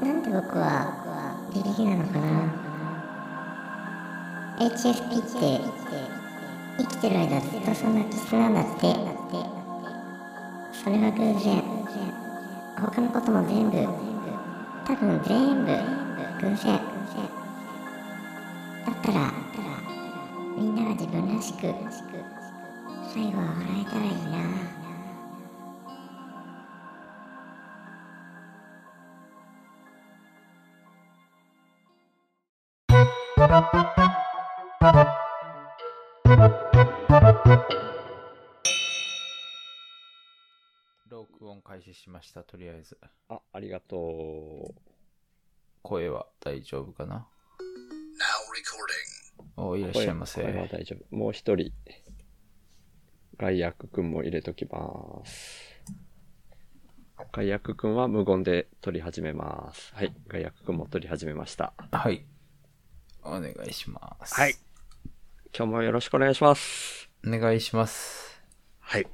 なんで僕は自力なのかな HSP って生きてる間ずっとそんな気質なんだってそれは偶然他のことも全部多分全部偶然だったらみんなが自分らしく最後は笑えたらいいな録音開始しました、とりあえず。あ、ありがと。声は大丈夫かな Now recording. おいうらっしゃいませ。これは大丈夫。もう一人、外役くんも入れときます。外役くんは無言で撮り始めます。はい。外役くんも撮り始めました。はい。お願いします。はい。今日もよろしくお願いします。お願いします。はい。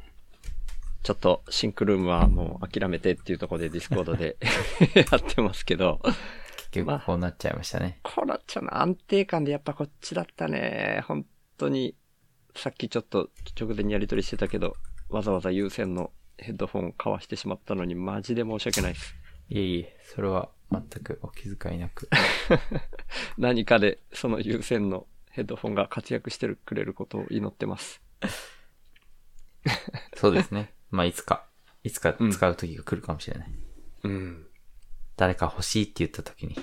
ちょっとシンクルームはもう諦めてっていうところでディスコードで やってますけど、結局こうなっちゃいましたね。コラちゃんの安定感でやっぱこっちだったね。本当に、さっきちょっと直前にやり取りしてたけど、わざわざ有線のヘッドフォンを買わしてしまったのにマジで申し訳ないです。 いえいえ、それは全くお気遣いな く。何かでその有線のヘッドフォンが活躍してくれることを祈ってます。そうですね。まあ、いつか、いつか使う時が来るかもしれない。うん。誰か欲しいって言った時に、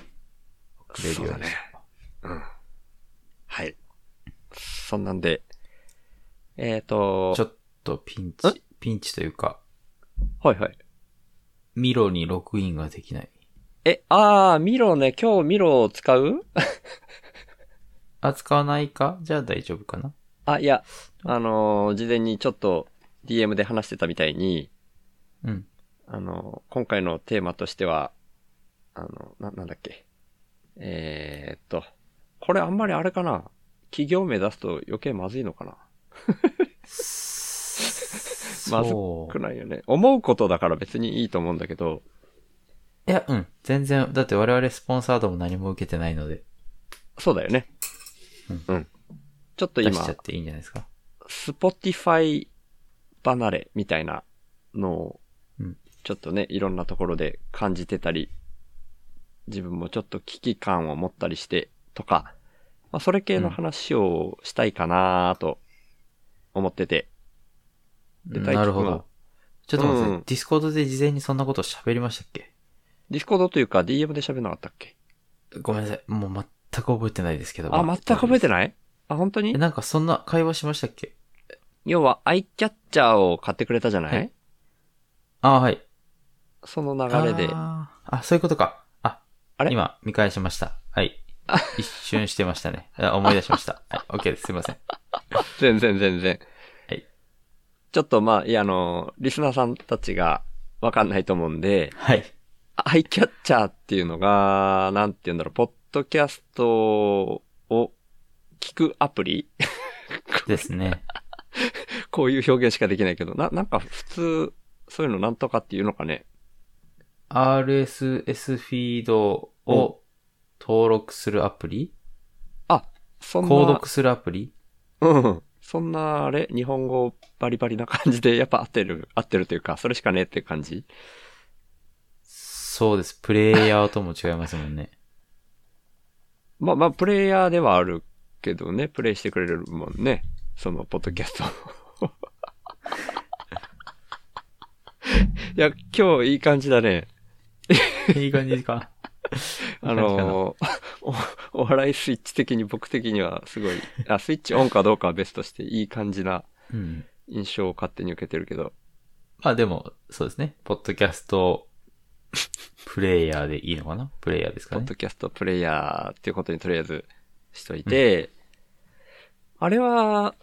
送れるようにそうだねはい。そんなんで、えっ、ー、とち、ょっとピンチ、ピンチというか、はいはい。ミロにログインができない。え、あー、ミロね、今日ミロを使うあ、使わないかじゃあ大丈夫かなあ、いや、あのー事前にちょっと DM で話してたみたいに、うん。あの、今回のテーマとしては、あの、な、なんだっけ。えー、っと、これあんまりあれかな。企業名出すと余計まずいのかな。 まずそくう。ないよね。思うことだから別にいいと思うんだけど、いや、うん。全然、だって我々スポンサードも何も受けてないので、そうだよね。。うんちょっと出今しちゃ、っていいんじゃないですか。スポティファイ離れみたいなのをうん、ちょっとね、いろんなところで感じてたり、自分もちょっと危機感を持ったりして、とか、まあ、それ系の話をしたいかなと思ってて、でうん大輝くんはなるほど。ちょっと待って、うんディスコードで事前にそんなこと喋りましたっけディスコードというか DM で喋んなかったっけごめんなさい。もう全く覚えてないですけど。あ、全く覚えてい。ないあ、本当えになんかそんな会話しましたっけ要は、アイキャッチャーを買ってくれたじゃない、はいあーはい。その流れで。あー、あそういうことか。あ、あれ今、見返しました。はい。 一瞬してましたね。あ思い出しました。はい、OK です。すいません。全然全然。はい。ちょっとまあ、いや、あの、リスナーさんたちがわかんないと思うんで、 はい。アイキャッチャーっていうのが、なんて言うんだろう、ポッドキャストを聞くアプリ ですね。こういう表現しかできないけど、な、なんか普通、そういうのなんとかっていうのかね。 RSS フィードを登録するアプリそんな、購読するアプリうん。そんな、あれ日本語バリバリな感じで、やっぱ合ってる、合ってるというか、それしかねえっていう感じそうです。プレイヤーとも違いますもんね。まあまあ、プレイヤーではあるけどね、プレイしてくれるもんね。その、ポッドキ ャスト。いや、今日いい感じだね。 いい感じか。あいい感じかなのー お、お笑いスイッチ的に僕的にはすごい、あ、スイッチオンかどうかは別としていい感じなうん。印象を勝手に受けてるけど。まあでも、そうですね。ポッドキャスト、 プレイヤーでいいのかなプレイヤーですかポッねド。キャストプレイヤーっていうことにとりあえずしといて、あれは、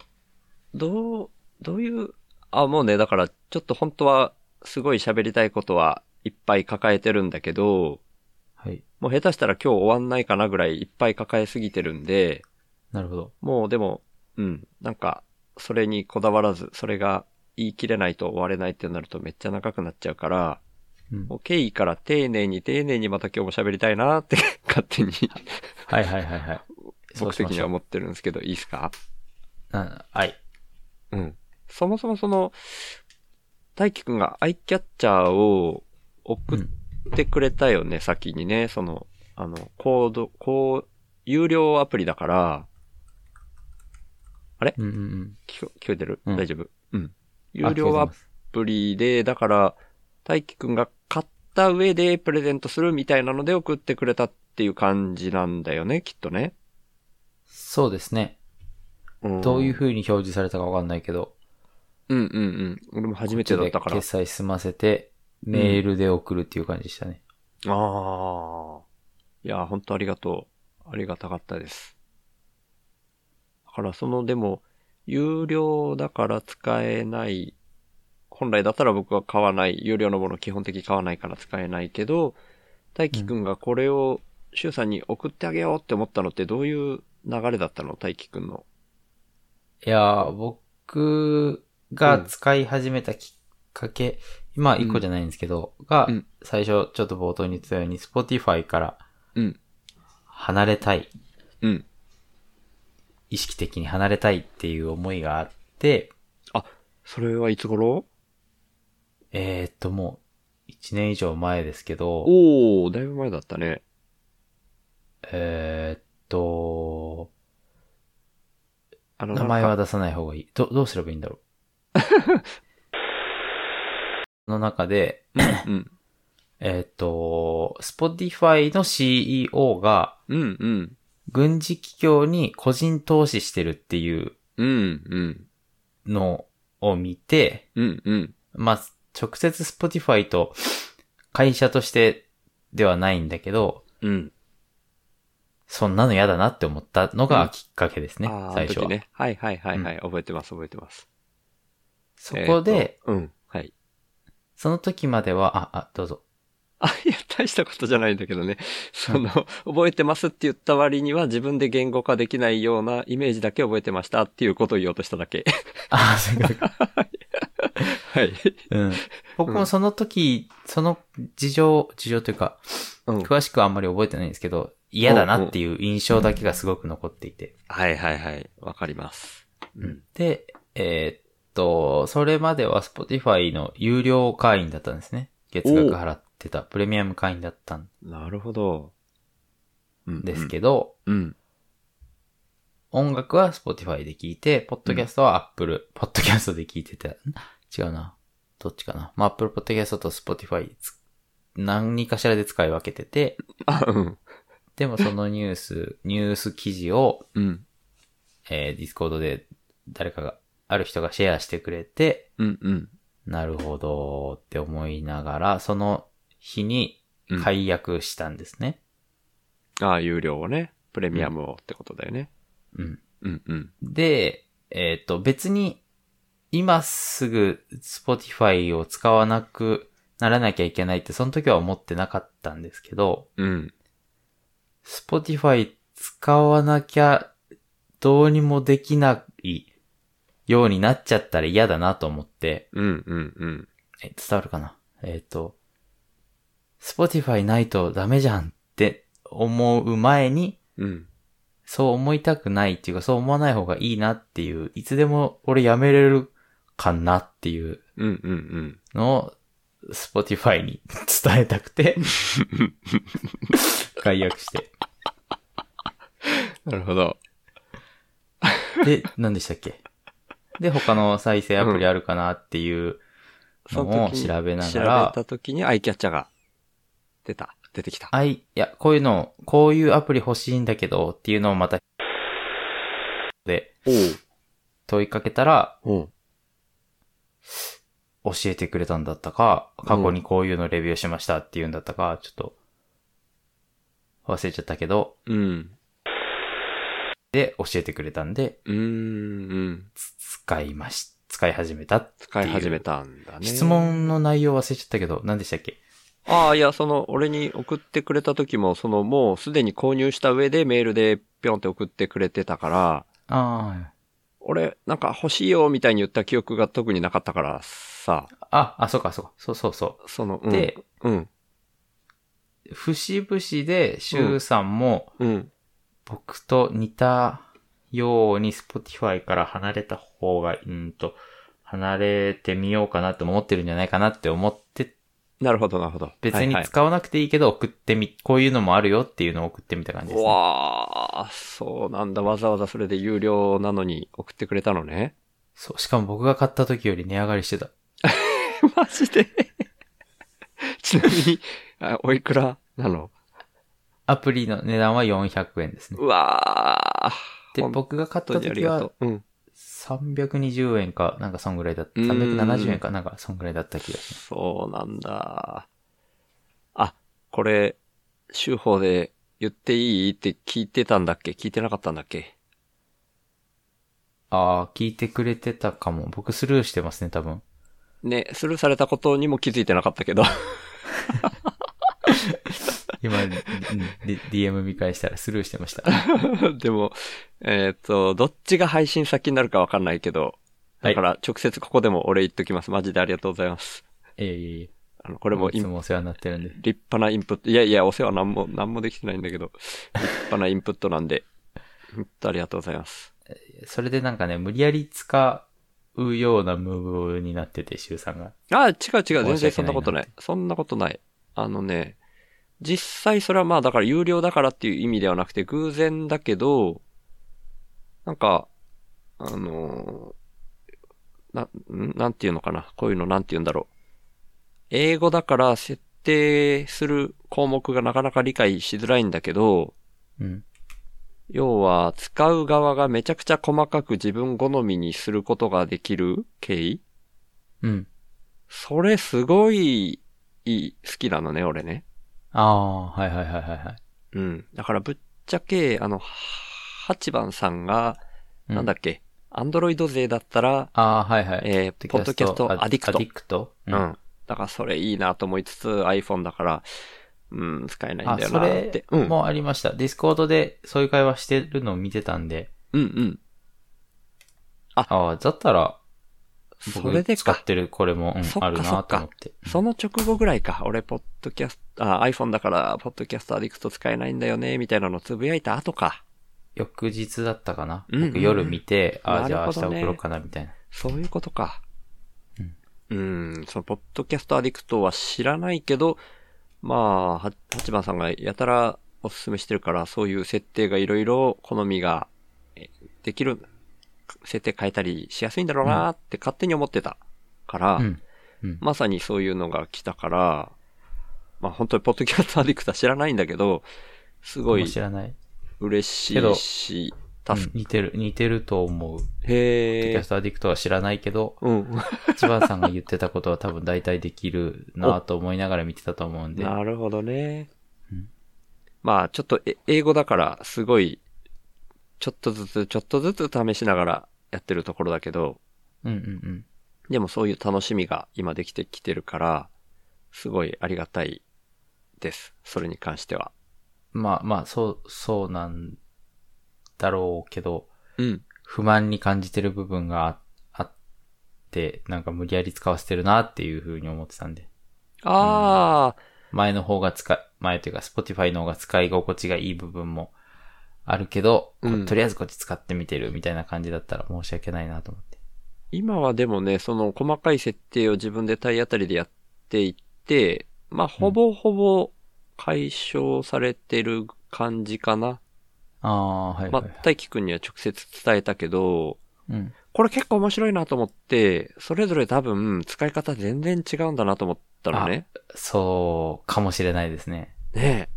どう、どういう、あ、もうね、だからちょっと本当はすごい喋りたいことはいっぱい抱えてるんだけど、はい。もう下手したら今日終わんないかなぐらいいっぱい抱えすぎてるんで、なるほど。もうでも、うん、なんか、それにこだわらず、それが言い切れないと終われないってなるとめっちゃ長くなっちゃうから、うんもう経緯から丁寧に丁寧にまた今日も喋りたいなって勝手にはいはいはいはい。そう僕しま的にしょはう。思ってるんですけど、いいですかうんはい。うん。そもそもその、大輝くんがアイキャッチャーを送ってくれたよね、先にね。その、あの、コード、こう、有料アプリだから、うんうんうん。聞こ聞こえてる、うん大丈夫うん。あ有料アプリで、だから、大輝くんが買った上でプレゼントするみたいなので送ってくれたっていう感じなんだよね、きっとね。そうですね。んどういう風に表示されたかわかんないけど。うんうんうん。俺も初めてだったから。決済済ませて、メールで送るっていう感じでしたね。ああ。いや、本当ありがとう。ありがたかったです。だからその、でも、有料だから使えない。本来だったら僕は買わない。有料のもの基本的に買わないから使えないけど、大輝くんがこれを、シュウさんに送ってあげようって思ったのってどういう流れだったの大輝くんの。いやー、僕が使い始めたきっかけ、今一個じゃないんですけど、がうん、最初ちょっと冒頭に言ってたように、Spotify からうん。離れたい、うん。意識的に離れたいっていう思いがあって、それはいつ頃えー、っと、もう、1年以上前ですけど、おー、だいぶ前だったね。えー、っと、あの名前はだ。出さない方がいい。ど、どうすればいいんだろう。 その中で、うん。えーっと、Spotify の CEO がうん、うん。軍事企業に個人投資してるっていううん、うん。のを見て、うん、うん。まあ、直接 Spotify と会社としてではないんだけど、うん。そんなの嫌だなって思ったのがきっかけですね、あー最初あのは。時ね。はいはいはいはい。覚えてます、覚えてます。そこで、えーと、うん。はい。その時までは、あ、あ、どうぞ。あ、いや、大したことじゃないんだけど ね。その、覚えてますって言った割には自分で言語化できないようなイメージだけ覚えてましたっていうことを言おうとしただけ。あ、そういうことか はい。うん。僕もその時、その事情、事情というか、うん。詳しくはあんまり覚えてないんですけど、嫌だなっていう印象だけがすごく残っていて。はいはいはい。わかります。うん。で、えーっと、それまでは Spotify の有料会員だったんですね。月額払ってた、プレミアム会員だったんなるほど。うんですけど、ど。うん。音楽は Spotify で聞いて、ポッドキャストは Apple、ポッドキャストで聞いてて、違うな。どっちかな。まあ、Apple ポッドキャストと Spotify つ、何かしらで使い分けてて、あ、うん。でもそのニュー ス、ニュース記事を、うん。えー、ディスコードで誰かが、ある人がシェアしてくれて、うん。うん。なるほどって思いながら、その日にうん解約したんですね。ああ、有料をね。プレミアムをってことだよね。うん。うんうん。で、えっ、と、別に、今すぐ Spotify を使わなくならなきゃいけないって、その時は思ってなかったんですけど、うん。 Spotify 使わなきゃどうにもできないようになっちゃったら嫌だなと思って、うんうんうん。え、伝わるかなえっ、と、Spotify ないとダメじゃんって思う前に、うん。そう思いたくないっていうか、そう思わない方がいいなっていう、いつでも俺やめれるかなっていううんうんうん。のを、Spotify に 伝えたくて、解約して。なるほど。で、何でしたっけで、他の再生アプリあるかなっていうのを時に調べなが調べら、た時にアイキャッチャーが出た、出てきた。あい、いや、こういうの、こういうアプリ欲しいんだけどっていうのをまた、で、お問いかけたら、おう教えてくれたんだったか、過去にこういうのレビューしましたっていうんだったか、ちょっと、忘れちゃったけど、うん。で、教えてくれたんで、うーん、うん。つ使いまし、使い始めたっていう。使い始めたんだね。質問の内容忘れちゃったけど、何でしたっけああ、いや、その、俺に送ってくれた時も、その、もうすでに購入した上でメールでピョンって送ってくれてたから、あ俺、なんか欲しいよみたいに言った記憶が特になかったからさ、あ、あ、そうか、そうか、そうそうそその、うう。ん。で、うん。節々で、シュウさんも、うん。僕と似たように Spotify から離れた方が、うんと、離れてみようかなって思ってるんじゃないかなって思って、なるほど、なるほど。別にはい使わなくていいけど送ってみ、こういうのもあるよっていうのを送ってみた感じはいです、うね。わー、そうなんだ。わざわざそれで有料なのに送ってくれたのね。そう、しかも僕が買った時より値上がりしてた。 マジで ちなみに、あおいくらなのアプリの値段は400円ですね。うわー。で、本僕が買っ当たにあ時りがとはう。うん。 320円か、なんかそんぐらいだった。うーん370円か、なんかそんぐらいだった気がします。そうなんだ。あ、これ、週報で言っていいって聞いてたんだっけ聞いてなかったんだっけああ、聞いてくれてたかも。僕スルーしてますね、多分。ね、スルーされたことにも気づいてなかったけど。今、うんで DM 見返したらスルーしてま した。でも、えっ、と、どっちが配信先になるかわかんないけど、はいだから直接ここでもお礼言っときます。マジでありがとうございます。いやいやいや。あの、ここれもイいンつもお世話になってるんで。立派なインプット。いやいや、お世話なんも、なんもできてないんだけど、立派なインプットなんで、本当ありがとうございます。それでなんかね、無理やり使うようなムーブになってて、シュウさんが。あ、違う違う、全申し訳ない然そんなことない。そんなことない。あのね、実際それはまあだから有料だからっていう意味ではなくて偶然だけど、なんか、あのーな、んなんていうのかな。こういうのなんて言うんだろう。英語だから設定する項目がなかなか理解しづらいんだけど、うん。要は、使う側がめちゃくちゃ細かく自分好みにすることができる経緯うん。それすごい、いい、好きなのね、俺ね。ああ、はいはいはいはいはい。うん。だからぶっちゃけ、あの、8番さんが、うなんだっけ、アンドロイド勢だったら、ああ、はいはい。えー、ポッドキャストアディクアトデ。ィクトうん。だからそれいいなと思いつつ、iPhone だから、うん、使えないんあ、だよそなっれて。うん。うんもありました。ディスコードでそういう会話してるのを見てたんで、うん。ああ、だったら、それ僕で使かっ。てるこれも、うんそっかあるなと思って。その直後ぐらいか、俺、ポッドキャスト、あ、iPhone だから、ポッドキャストアディクト使えないんだよね、みたいなのつぶやいた後か。翌日だったかな。うんうんうん僕夜見て、ああ、じゃあ明日なるほどね送ろうかな、みたいな。そういうことか。うんうん。その、ポッドキャストアディクトは知らないけど、まあ、は立場さんがやたらおすすめしてるから、そういう設定がいろいろ好みがえできる、設定変えたりしやすいんだろうなーって勝手に思ってたから、うん。うん。まさにそういうのが来たから、まあ本当にポッドキャストアディクター知らないんだけど、すごい知らない。嬉しいし、う助ん似てる、似てると思う。キへャえス。トアディクトは知らないけど、うん。千葉さんが言ってたことは多分大体できるなと思いながら見てたと思うんで。なるほどね。うんまあちょっとえ英語だからすごい、ちょっとずつちょっとずつ試しながらやってるところだけど、うんうんうん。でもそういう楽しみが今できてきてるから、すごいありがたいです。それに関しては。まあまあ、そう、そうなんだろうけど、うん。不満に感じてる部分がああって、なんか無理やり使わせてるなっていう風に思ってたんで。ああ、前の方が使い、前というか Spotify の方が使い心地がいい部分もあるけど、こううんとりあえずこっち使ってみてるみたいな感じだったら申し訳ないなと思って。今はでもね、その細かい設定を自分で体当たりでやっていって、まあ、ほぼほぼ解消されてる感じかな。ああ、はいまはい、あはい。、大輝くんには直接伝えたけど、うん。これ結構面白いなと思って、それぞれ多分使い方全然違うんだなと思ったのね。そう、かもしれないですね。ね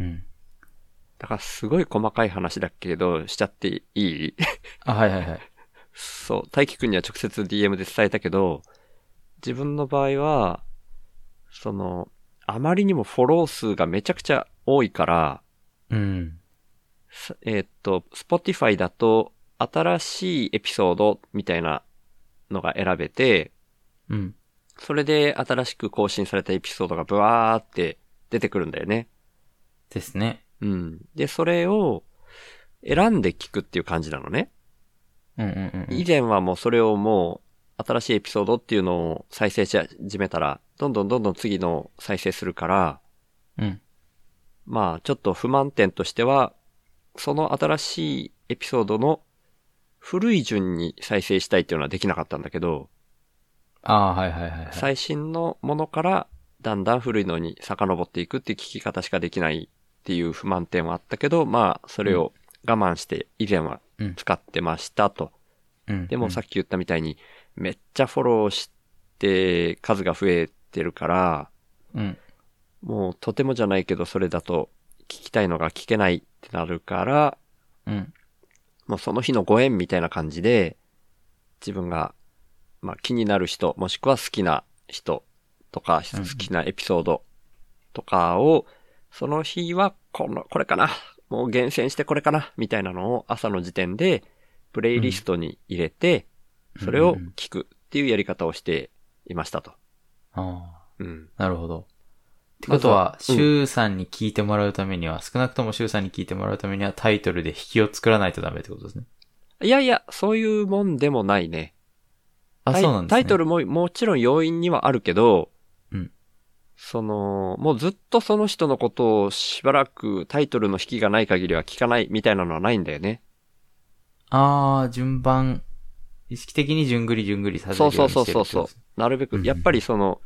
え。うん。だからすごい細かい話だけど、しちゃっていい あ、はいはいはい。そう、大輝くんには直接 DM で伝えたけど、自分の場合は、その、あまりにもフォロー数がめちゃくちゃ多いから、うん。さえーっと、Spotify だと新しいエピソードみたいなのが選べて、うん。それで新しく更新されたエピソードがブワーって出てくるんだよね。ですね。うん。で、それを選んで聞くっていう感じなのね。うんうんうん以。前はもうそれをもう、新しいエピソードっていうのを再生し始めたら、どんどんどんどん次の再生するから、うん。まあ、ちょっと不満点としては、その新しいエピソードの古い順に再生したいっていうのはできなかったんだけど、ああ、はいはいはい、はい。最新のものからだんだん古いのに遡っていくっていう聞き方しかできないっていう不満点はあったけど、まあ、それを我慢して以前は使ってましたと。うん、でもさっき言ったみたいに、めっちゃフォローして数が増えてるから、うん。もうとてもじゃないけどそれだと聞きたいのが聞けないってなるから、うん。もうその日のご縁みたいな感じで、自分が、まあ気になる人、もしくは好きな人とか、うんう好んきなエピソードとかを、その日はこの、これかな、もう厳選してこれかな、みたいなのを朝の時点で、プレイリストに入れて、うんそれを聞くっていうやり方をしていましたと。あうん。あ、なるほど。ってことは、シュウさんに聞いてもらうためには、少なくともシュウさんに聞いてもらうためには、タイトルで引きを作らないとダメってことですね。いやいや、そういうもんでもないね。あ、タイそうなんですね。タイトルも。ももちろん要因にはあるけど、うんその、もうずっとその人のことをしばらくタイトルの引きがない限りは聞かないみたいなのはないんだよね。ああ、順番、意識的に順繰り順繰りさせるようにしてるってことですねそうそうそうなるべうんうく、んやっぱりその、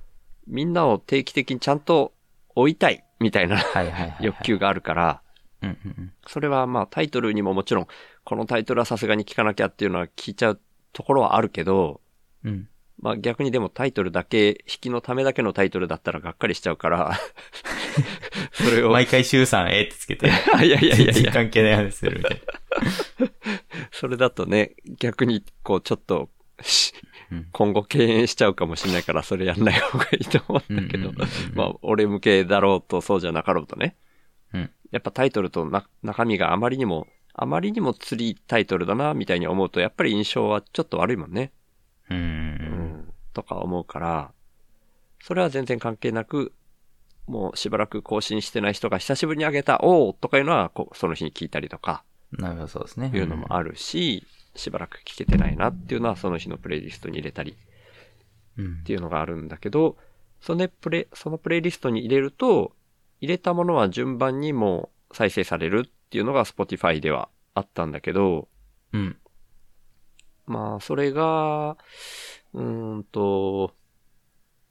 みんなを定期的にちゃんと追いたいみたいな はいはいはい、はい。欲求があるから、うんうんそれはまあタイトルにももちろん、このタイトルはさすがに聞かなきゃっていうのは聞いちゃうところはあるけど、うん。うん。まあ逆にでもタイトルだけ、引きのためだけのタイトルだったらがっかりしちゃうから、 それを、毎回シュウさん、えーってつけて、いやいやいや全い然や、関係ない話するみたいそれだとね、逆にこうちょっとし、うん今後敬遠しちゃうかもしれないから、それやんない方がいいと思うんだけどうんうんうんうんう、んまあ俺向けだろうとそうじゃなかろうとね。うんやっぱタイトルとな中身があまりにも、あまりにも釣りタイトルだな、みたいに思うと、やっぱり印象はちょっと悪いもんね。な。う。うんん、とか思うから、それは全然関係なく、もうしばらく更新してない人が久しぶりにあげた、おーとかいうのはこう、その日に聞いたりとか、なるほど、そうですね。いうのもあるし、しばらく聞けてないなっていうのはその日のプレイリストに入れたりっうん。ていうのがあるんだけど、そのプレ、そのプレイリストに入れると、入れたものは順番にもう再生されるっていうのが Spotify ではあったんだけど、うん。まあ、それが、うーんと、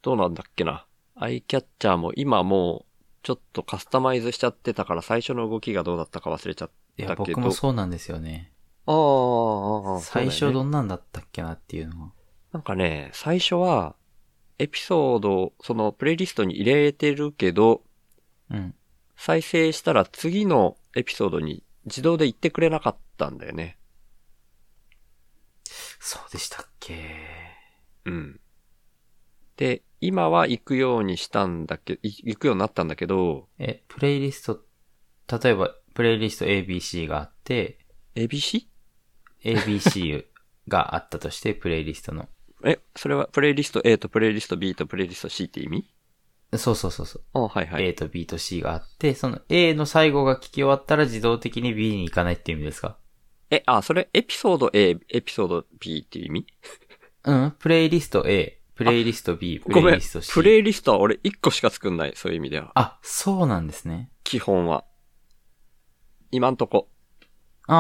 どうなんだっけな。アイキャッチャーも今もう、ちょっとカスタマイズしちゃってたから最初の動きがどうだったか忘れちゃっいや、だけど僕もそうなんですよね。た。ああ、最初どんなんだったっけなっていうのが。なんかね、最初は、エピソード、そのプレイリストに入れてるけど、うん。再生したら次のエピソードに自動で行ってくれなかったんだよね。そうでしたっけうん。で、今は行くようにしたんだけ、い行くようになったんだけど、え、プレイリスト、例えば、プレイリスト ABC があって、エビシ ABC があったとして、プレイリストの。え、それはプレイリスト A とプレイリスト B とプレイリスト C って意味そうそうそうそう。あはいはい。 A と B と C があって、その A の最後が聞き終わったら自動的に B に行かないっていう意味ですかえ、あ、それエピソード A、エピソード B っていう意味うん。プレイリスト A、プレイリスト B、プごレイめんリスト。C。プレイリストは俺1個しか作んない、そういう意味では。あ、そうなんですね。基本は。今んとこ。あ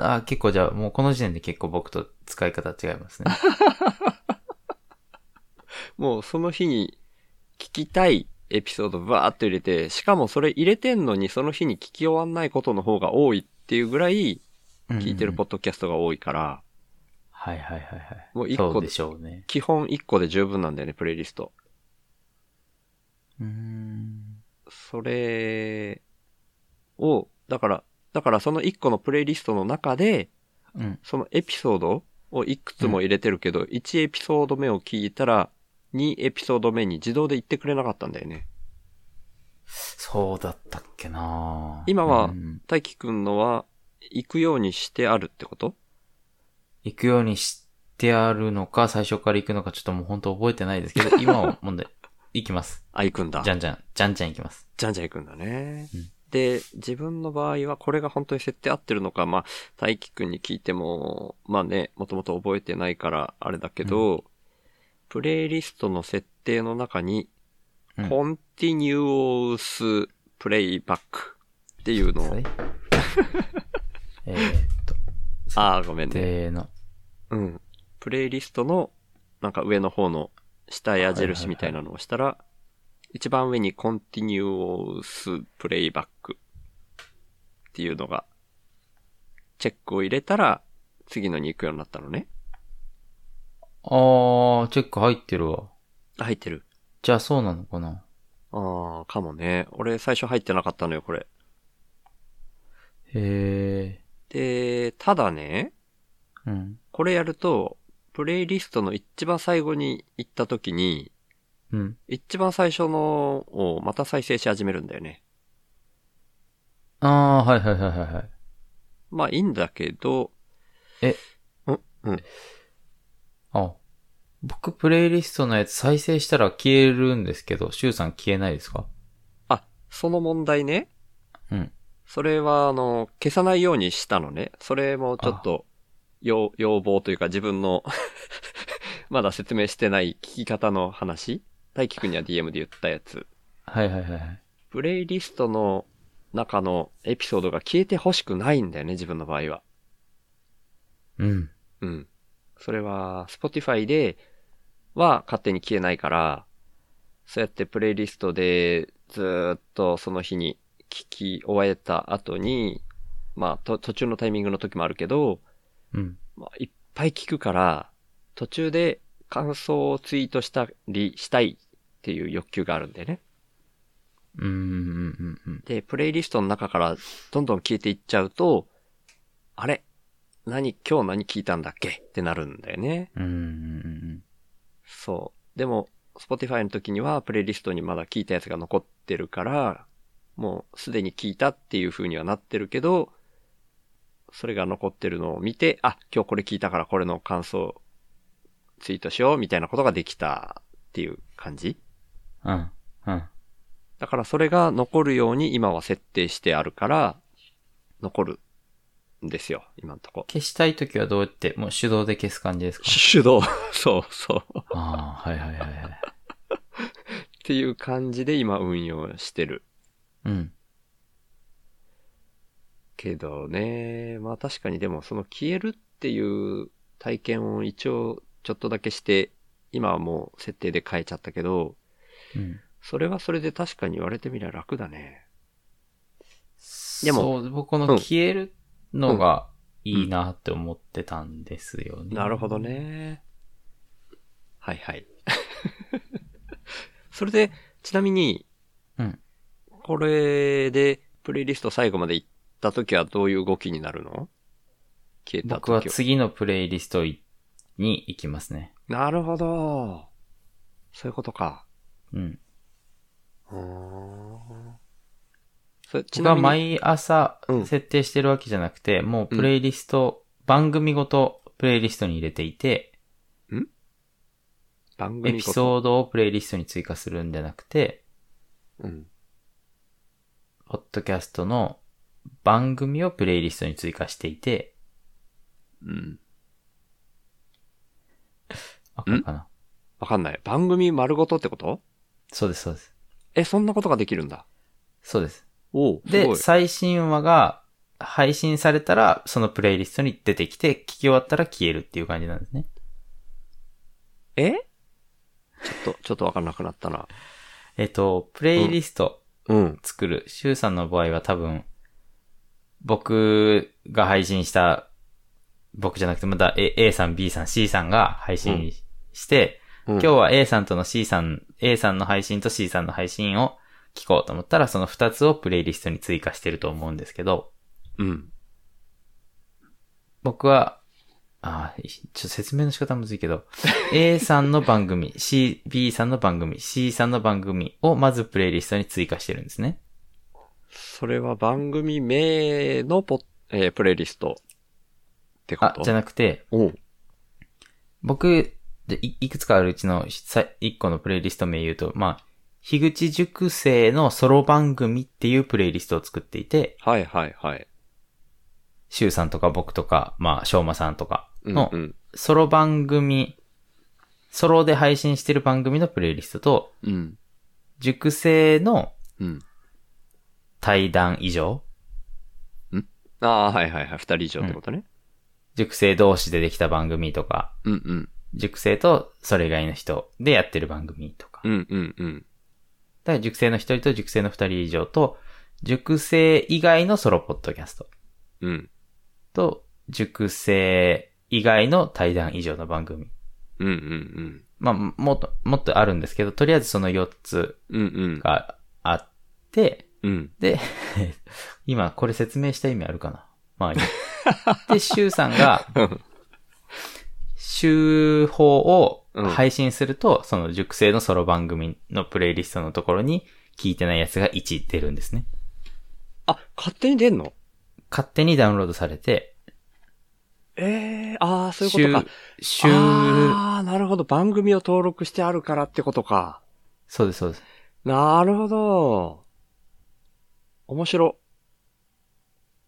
ーあ、結構じゃあ、もうこの時点で結構僕と使い方違い ますね。もうその日に聞きたいエピソードバーっと入れて、しかもそれ入れてんのにその日に聞き終わんないことの方が多いっていうぐらい聞いてるポッッドキャストが多いから、はいはいはいはい。もう一個そうでしょうね。基本1個で十分なんだよね、プレイリスト。うーん。それを、だから、だからその1個のプレイリストの中で、うん。そのエピソードをいくつも入れてるけど、1エピソード目を聞いたら、2エピソード目に自動で言ってくれなかったんだよね。そうだったっけな今はうん大輝くんのは、行くようにしてあるってこと行くようにしてあるのか、最初から行くのか、ちょっともう本当覚えてないですけど、今はもんで、行きます。あ、行くんだ。じじゃゃんじゃん、じゃんじゃん行きます。んじゃん行くんだね。うん定、自分の場合はこれが本当に設定合ってるのか、まあ、大輝くんに聞いても、まあね、もともと覚えてないからあれだけど、プレイリストの設定の中に、うんコンティニュースプレイバックっていうのをはい、えーっと、ああ、ごめんね。での、うん。プレイリストの、なんか上の方の下矢印みたいなのをしたら、一番上にコンティニュースプレイバックっていうのが、チェックを入れたら、次のに行くようになったのね。あー、チェック入ってるわ。あ入ってる。じゃあそうなのかなああ、かもね。俺最初入ってなかったのよ、これ。へで、ただね、ー。うん。これやると、プレイリストの一番最後に行った時に、うん。一番最初のをまた再生し始めるんだよね。あー、はいはいはいはいはい。まあいいんだけど、えうん、うん。あ、僕プレイリストのやつ再生したら消えるんですけど、シュウさん消えないですかあ、その問題ね。うん。それは、あの、消さないようにしたのね。それもちょっと、要、要望というか自分の、 まだ説明してない聞き方の話。大輝くんには DM で言ったやつ。はいはいはいはい。プレイリストの中のエピソードが消えてほしくないんだよね、自分の場合は。うん。うん。それは、Spotify では勝手に消えないから、そうやってプレイリストでずーっとその日に聞き終えた後に、まあ、と途中のタイミングの時もあるけど、うん。まあ、いっぱい聞くから、途中で感想をツイートしたりしたいっていう欲求があるんでね。うんうんうんうん。で、プレイリストの中からどんどん消えていっちゃうと、あれ何、今日何聞いたんだっけってなるんだよね。うんうんうんそう。でも、Spotify の時にはプレイリストにまだ聞いたやつが残ってるから、もうすでに聞いたっていう風にはなってるけど、それが残ってるのを見て、あ、今日これ聞いたからこれの感想、ツイートしようみたいなことができたっていう感じうん。うん。うん。だからそれが残るように今は設定してあるから、残るんですよ、今のとこ。消したいときはどうやって、もう手動で消す感じですか手動 そうそう。っああ、はいはいはいはい。ていう感じで今運用してる。うん。けどね、まあ確かにでもその消えるっていう体験を一応ちょっとだけして、今はもう設定で変えちゃったけど、うん。それはそれで確かに言われてみりゃ楽だね。ででも、もそう、僕このうん消えるのがいいなって思ってたんですよね。なるほど。ね。はいはい。 それで、ちなみに、うんこれでプレイリスト最後まで行った時はどういう動きになるの消えた僕は時は。次のプレイリストに行きますね。なるほど。そういうことか。うん。うーんそれち僕なはみに、毎朝うん設定してるわけじゃなくて、もうプレイリスト、番組ごとプレイリストに入れていて、番エ組ピごとソードをプレイリストに追加するんじゃなくて、うん。ポッドキャストの番組をプレイリストに追加していて、うん。あ、これかな。わかんない。番組丸ごとってことそうです、そうです。え、そんなことができるんだ。そうです。おうすごで、い。最新話が配信されたら、そのプレイリストに出てきて、聞き終わったら消えるっていう感じなんですね。えちょっと、ちょっとわかんなくなったな。えっと、プレイリストうん。作る、シュウさんの場合は多分、僕が配信した、僕じゃなくて、また A, A さん、B さん、C さんが配信して、今今日は A さんとの C さん、A さんの配信と C さんの配信を聞こうと思ったら、その2つをプレイリストに追加してると思うんですけど、うん。僕は、ああ、いちょっと説明の仕方むずいけど、A さんの番組、C、B さんの番組、C さんの番組をまずプレイリストに追加してるんですね。それは番組名のポッえープレイリストってこあと、じゃななくて、おう。僕、でいいくつかあるうちのさ一個のプレイリスト名言うと、まあ、樋口塾生のソロ番組っていうプレイリストを作っていて、はいはいはい。シュウさんとか僕とか、まあ、しょうまさんとかうん、のうん。ソロ番組、ソロで配信してる番組のプレイリストと、うん。塾生のうん。対談以上、ああ、はいはいはい。二人以上ってことね。塾生同士でできた番組とか、うんうん。塾生とそれ以外の人でやってる番組とか。うんうんうん。だから塾生の一人と塾生の二人以上と、塾生以外のソロポッドキャストうん。と、塾生以外の対談以上の番組。うんうんまあ、もっと、もっとあるんですけど、とりあえずその4つうん。うんうん。があって、うん。で、今これ説明した意味あるかなまあいい。で、シュウさんが、週報を配信すると、その熟成のソロ番組のプレイリストのところに、聞いてないやつが1出るんですね。あ、勝手に出んの勝手にダウンロードされて、ええああ、そういうことか。週、週、ああ、なるほど。番組を登録してあるからってことか。そうです、そうです。なるほど。面白。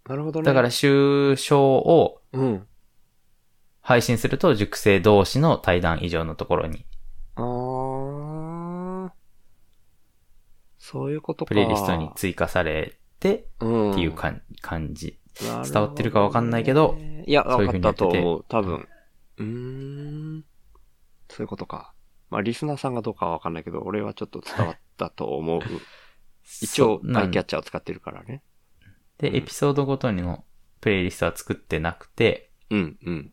なるほどね。だから、週賞をうん。配信すると、熟成同士の対談以上のところに、ああ。そういうことか。プレイリストに追加されて、うんっていうかん感じ。なるほどね伝わってるかわかんないけど。いや、そうわいう風かっにやたっててと思う。多分。うーん。そういうことか。まあ、リスナーさんがどうかはわかんないけど、俺はちょっと伝わったと思う。一そ応、うアなイんキャッで、チャーを使ってるからね。うんエピソードごとにのプレイリストは作ってなくて、うん、うん。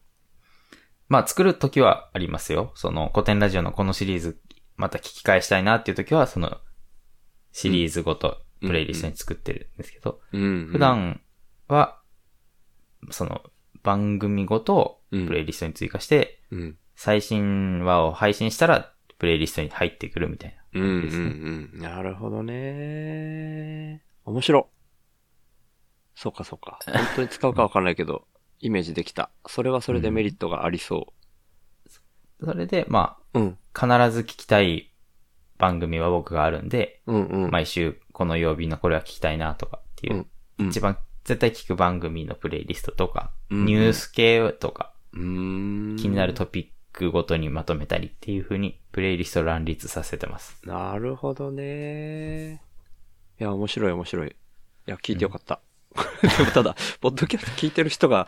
まあ作るときはありますよ。その古典ラジオのこのシリーズ、また聞き返したいなっていうときは、そのシリーズごとプレイリストに作ってるんですけど、うん、うん。普段は、その番組ごとプレイリストに追加して、うん、最新話を配信したらプレイリストに入ってくるみたいな。うん、うん、ですうん。なるほどね。面白。そうか、そう か。本当に使うかわかんないけど、イメージできた。それはそれでメリットがありそそれで、まう。うん、あ、必ず聞きたい番組は僕があるんで、うん、うん。毎週この曜日のこれは聞きたいなとかっていう、うん一番絶対聞く番組のプレイリストとか、うんニュース系とか、うーん。気になるトピックごとにまとめたりっていう風にプレイリストを乱立させてます。なるほどね。いや、面白い面白い。いや、聞いてよかった。でも ただ、ポッドキャスト聞いてる人が、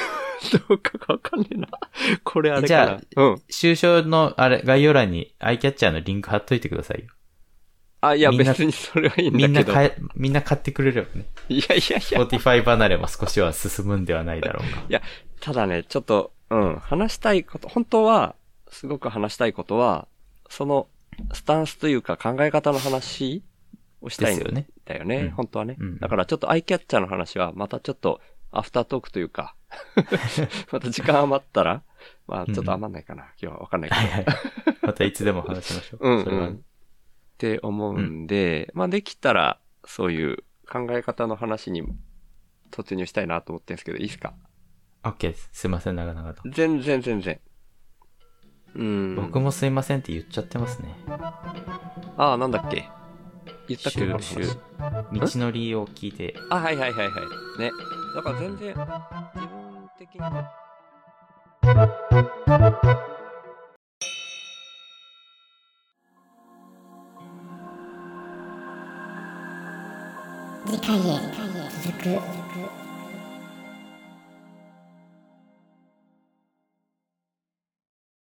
どうかわかんねえな。これあれかな。じうん。終章のあれ、概要欄にアイキャッチャーのリンク貼っといてくださいよ。あ、いや、みんな別にそれはいいんだけみど。んな買え、みんな買ってくれればね。いやいやいや。 Spotify 離れも少しは進むんではないだろうか。ただね、ちょっと、うん、話したいこと、本当は、すごく話したいことは、その、スタンスというか考え方の話を したいんですよねだよね、うん本当はね、うんだからちょっとアイキャッチャーの話は、またちょっと、アフタートークという か、また時間余ったら、まあちょっと余んないかな、今日はわかんな いけどはい。はい。またいつでも話しましょう。うん、そうれはん。って思うんで、まあできたら、そういう考え方の話に突入したいなと思ってるんですけど、いいですか OK です。すいません、長々と。全然全然。うん。僕もすいませんって言っちゃってますね。ああ、なんだっけ言ったっけ週この週話道のりを聞いてあ、はいはいはいはい。ね。だから全然、自分的に。次回へ続く。